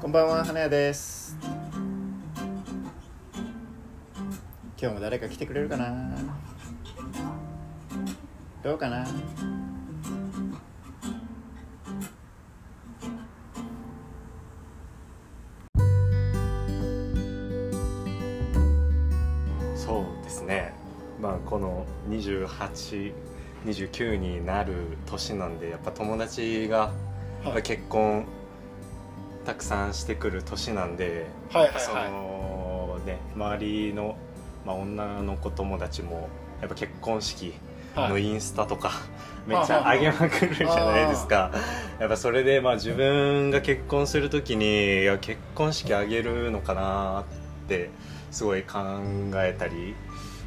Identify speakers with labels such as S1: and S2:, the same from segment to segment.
S1: こんばんは、花屋です。今日も誰か来てくれるかな。どうかな。
S2: そうですねまあこの2829になる年なんでやっぱ友達がまあ結婚たくさんしてくる年なんで、
S1: はいはい
S2: そ
S1: は
S2: のね周りの、まあ、女の子友達もやっぱ結婚式
S1: い。は
S2: の
S1: い。
S2: インスタ とかめっ
S1: はい
S2: ちゃ上げまくるじゃないですかやっぱそれでまあ自分が結婚する時にいや結婚式あげるのかなってすごい考えたり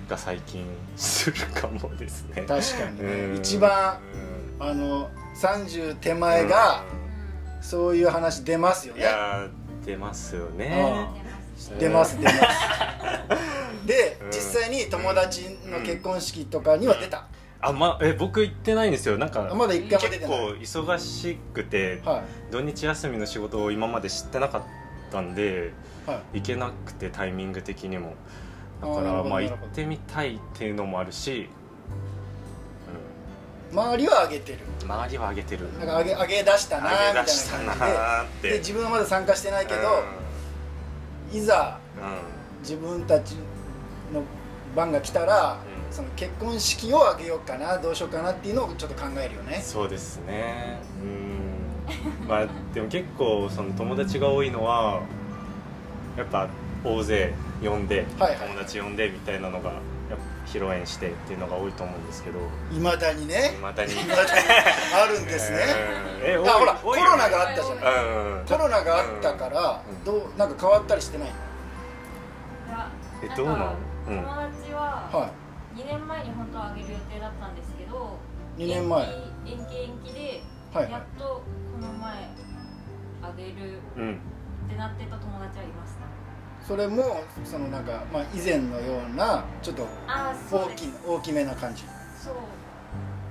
S2: が最近するかもですね
S1: 確かに
S2: うん
S1: ね。一番、あの、三十手前が、そういう話出ますよ
S2: うんい
S1: ね。
S2: や出ますよね
S1: 出ます出ます。 で
S2: うん、
S1: 実際に友達の結婚式とかには出た。
S2: あまえ僕行ってないんですよなんか
S1: あまだ一回も出
S2: 結
S1: て
S2: 構
S1: ない。
S2: 忙しくて
S1: は
S2: 土日休みの仕事を今まで知ってなかったんで
S1: い。はい。
S2: 行けなくてタイミング的にもだか
S1: あーなる
S2: ら
S1: ほど
S2: まあ
S1: なる
S2: 行
S1: ほど
S2: ってみたいっていうのもあるし、
S1: 周りは上げてる。
S2: うん、周りは上げてる
S1: なんか上げ上げ出したなーみた
S2: 上
S1: い
S2: げ出した
S1: な
S2: な
S1: 感じで。
S2: ーって
S1: で自分はまだ参加してないけど、いざ
S2: うんうん
S1: 自分たちの番が来たら、
S2: うん
S1: その結婚式をあげようかなどうしようかなっていうのをちょっと考えるよね
S2: そうですねうんまあでも結構その友達が多いのはやっぱ大勢呼んで、
S1: はいはい
S2: 友達呼んでみたいなのがやっぱ披露宴してっていうのが多いと思うんですけど
S1: いまだにね
S2: またに
S1: 未だにあるんですね、
S2: えーえ多い
S1: あほらコ
S2: 多い
S1: ロ
S2: よね
S1: ナがあったじゃない、
S2: うん
S1: コロナがあったから、
S2: うん
S1: どうなんか変わったりしてない、
S3: いや
S2: えどうなのうん
S3: 友達は
S1: は
S3: 2年前に本当はあげる予定だったんですけど
S1: い2年前は
S3: 延期延期延期で
S1: いは
S3: や
S1: い
S3: っとこの前あげる
S2: うん
S3: ってなってた友達はいました
S1: それもそのなんか、まあ、以前のようなちょっと
S3: ああそ
S1: 大
S3: うで
S1: き
S3: す
S1: な大きめな感じ
S3: そう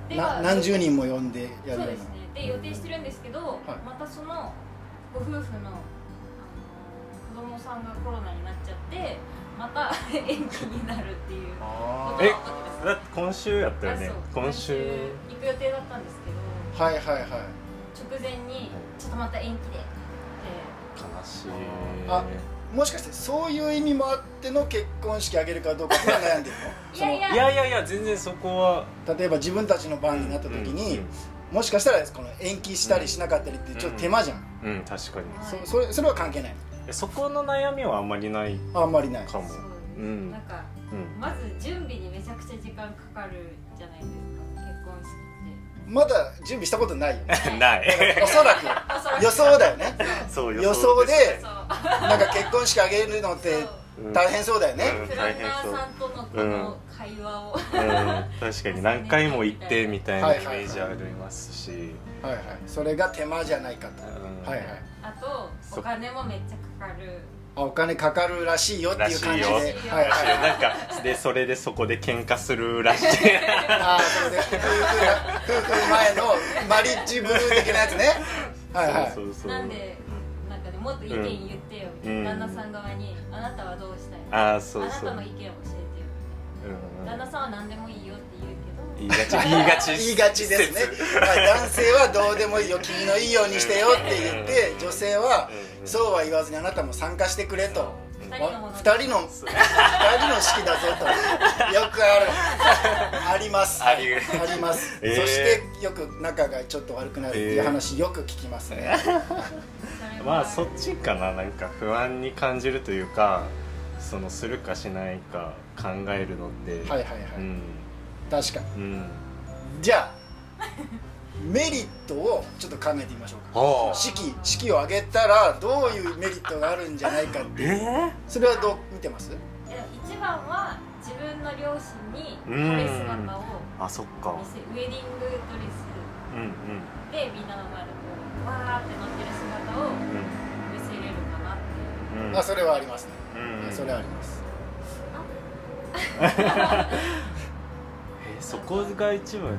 S3: で
S1: な
S3: は
S1: 何十人も呼んでやる
S3: そう
S1: よう
S3: です
S1: な
S3: ねで予定してるんですけど、またそのご夫婦のあの子供さんがコロナになっちゃってまた 延期になるっていうこ
S1: あ
S3: とが
S2: え
S3: 起こってます
S2: だって今週やったよね
S3: あそう
S2: 今週
S3: 行く予定だったんですけど
S1: ーはいはいはい
S3: 直前にちょっとまた延期でって
S2: 悲しい
S1: あもしかしてそういう意味もあっての結婚式あげるかどうかっていうのは悩んでるの
S3: いやいや
S2: いやいやいや全然そこは
S1: その例えば自分たちの番になった時に、もしかしたらこの延期したりしなかったりってちょっと手間じゃん、
S2: うん、うんうん確かに
S3: うん
S1: そそれそれは関係ない
S2: えそこの悩みはあんまりない
S1: あんまりない
S2: かも
S3: そう
S2: うん
S3: なんか
S2: うん
S3: まず準備にめちゃくちゃ時間かかるじゃないですか結婚式
S1: まだ準備したことないよね
S2: ない
S1: おそら
S3: あそう
S1: く予想だよね
S2: そう
S1: 予想で
S3: そう
S1: なんか結婚式あげるのって
S2: うん
S1: 大変そうだよね、
S2: うん
S3: プランナーさんとのこの会話を、
S2: うん確かに何回も行ってみたいなイメージありますし
S1: はいはいそれが手間じゃないかと、
S2: うん
S1: はいはい
S3: あとお金もめっちゃかかる
S1: あお金かかるらしいよっていう感じで
S2: ら
S1: はい
S2: し
S3: いよ
S1: はい
S2: 私なんかでそれでそこで喧嘩するらしい
S1: ああそうですね夫婦夫婦前のマリッジブルー的なやつねはいはい
S2: そうそうそう
S3: なんでなんかねもっと意見言ってよ、みた
S2: う
S3: いな
S2: ん
S3: 旦那さん側にあなたはどうしたいの
S2: ああそう
S3: あ
S2: そう
S3: なたの意見を教えてよ
S2: うん
S3: 旦那さんは何でもいいよって言うけ
S2: 言い
S3: ど
S2: が ち言いがち
S1: 言いがちですねはい男性はどうでもいいよ君のいいようにしてよって言って女性は
S2: うん
S1: そうは言わずにあなたも参加してくれと
S2: うん
S3: 二人のもの
S1: 2人の2人の式だぞとよくあるあります
S2: あり
S1: あります、
S2: えー
S1: そしてよく仲がちょっと悪くなるっていう話よく聞きますね、
S3: それは
S2: まあそっちかななんか不安に感じるというかそのするかしないか考えるのって
S1: はいはいはい、
S2: うん
S1: 確かに
S2: うん
S1: じゃあメリットをちょっと考えてみましょうか
S2: ほう
S1: 式式を挙げたらどういうメリットがあるんじゃないかっていう
S2: え
S1: それはどう見てます
S3: でも一番は自分の両親にドレス姿を
S2: あそっか
S3: 見せウェディングドレス
S2: うんうん
S3: でみんなの前でこうわーって乗ってる姿を
S2: う
S3: 見せれるかなっていうん
S2: うん
S1: あそれはありますね、
S2: うん
S1: それはあります
S2: えそこが一番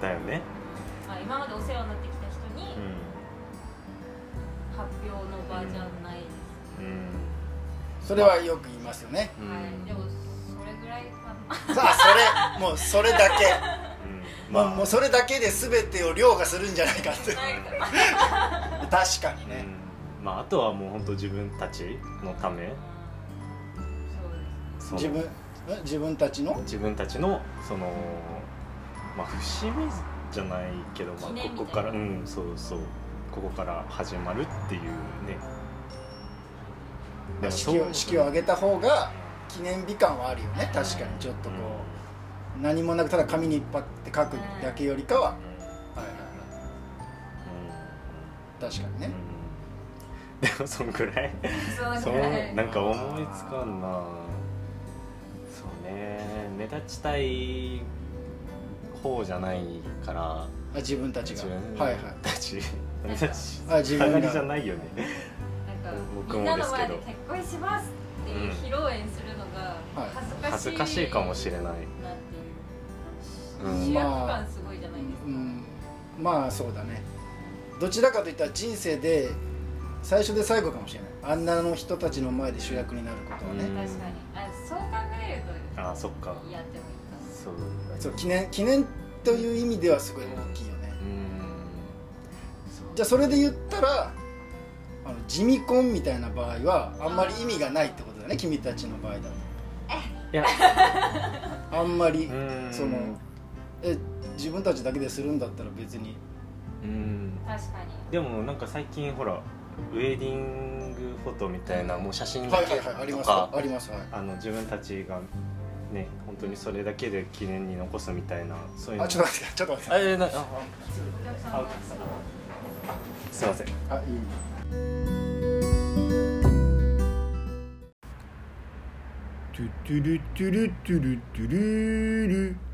S2: だよね
S3: まあ、今までお世話になってきた人に
S2: う
S3: 発表の場じゃないです、
S2: んうん
S1: それはよく言いますよね
S2: うん
S3: はい、でもそれぐらいか な
S1: さあそれもうそれだけ、
S2: うん
S1: まあ、
S2: まあ
S1: もうそれだけで全てを凌駕するんじゃないかって確かにね、
S2: うんまああとはもう本当自分たちのため
S3: そうで
S1: 自
S2: その
S3: すね
S1: 分え自分たちの
S2: 自分たちのそのまあ節目じゃないけど、ま
S3: 記
S2: あ、
S3: 念みたいな
S2: ここからうんそうそうここから始まるっていうねでもそう
S1: 式を式を挙げた方が記念日感はあるよね確かにちょっとこう、何もなくただ紙にパッて書くだけよりかは、
S2: うんうん
S1: はいはいはい確かに
S2: うん
S1: ね、
S2: うんでもそんくらいそ
S3: そううね
S2: なんか思いつかんなそうね目立ちたい方じゃないから
S1: あ自分たちが
S2: 自分
S1: はいはい
S2: たち目立ち
S1: あ自
S2: たが
S1: 分
S2: りじゃ
S1: が
S2: ないよね
S3: なんか
S2: 僕
S3: みん
S2: も
S3: な
S2: で
S3: の
S2: すけ
S3: 前
S2: ど
S3: で結婚しますっていう披露宴するのが
S1: はい
S2: 恥
S3: 恥ず
S2: ず
S3: か
S2: か
S3: しい
S2: しいかもしれない
S3: なって
S2: うん
S3: いう主役感すごいじゃないですか、
S1: うんまあそうだねどちらかといったら人生で最初で最後かもしれないあんなの人たちの前で主役になることはね、
S3: 確かにあそう考えると
S2: あそっか
S3: やってもいいかも
S2: そう
S1: そう記念記念という意味ではすごい大きいよね
S2: うん
S1: じゃあそれで言ったらあの地味婚みたいな場合はあんまり意味がないってことだね君たちの場合だ
S2: いや
S1: とあんまり
S2: うん
S1: そのえ自分たちだけでするんだったら別に
S2: うん
S3: 確かに
S2: でもなんか最近ほらウェディングフォトみたいなもう写真
S1: は
S2: だ
S1: いは
S2: け
S1: いはいあり
S2: と
S1: ます
S2: か
S1: ありますはい
S2: あの自分たちがね本当にそれだけで記念に残すみたいなそういうの
S1: あちょっと待ってちょっと待って
S2: あえなあ
S3: お客さん
S2: あ
S3: が
S2: すいません
S1: あいい
S4: トゥトゥルトゥルトゥルトゥルル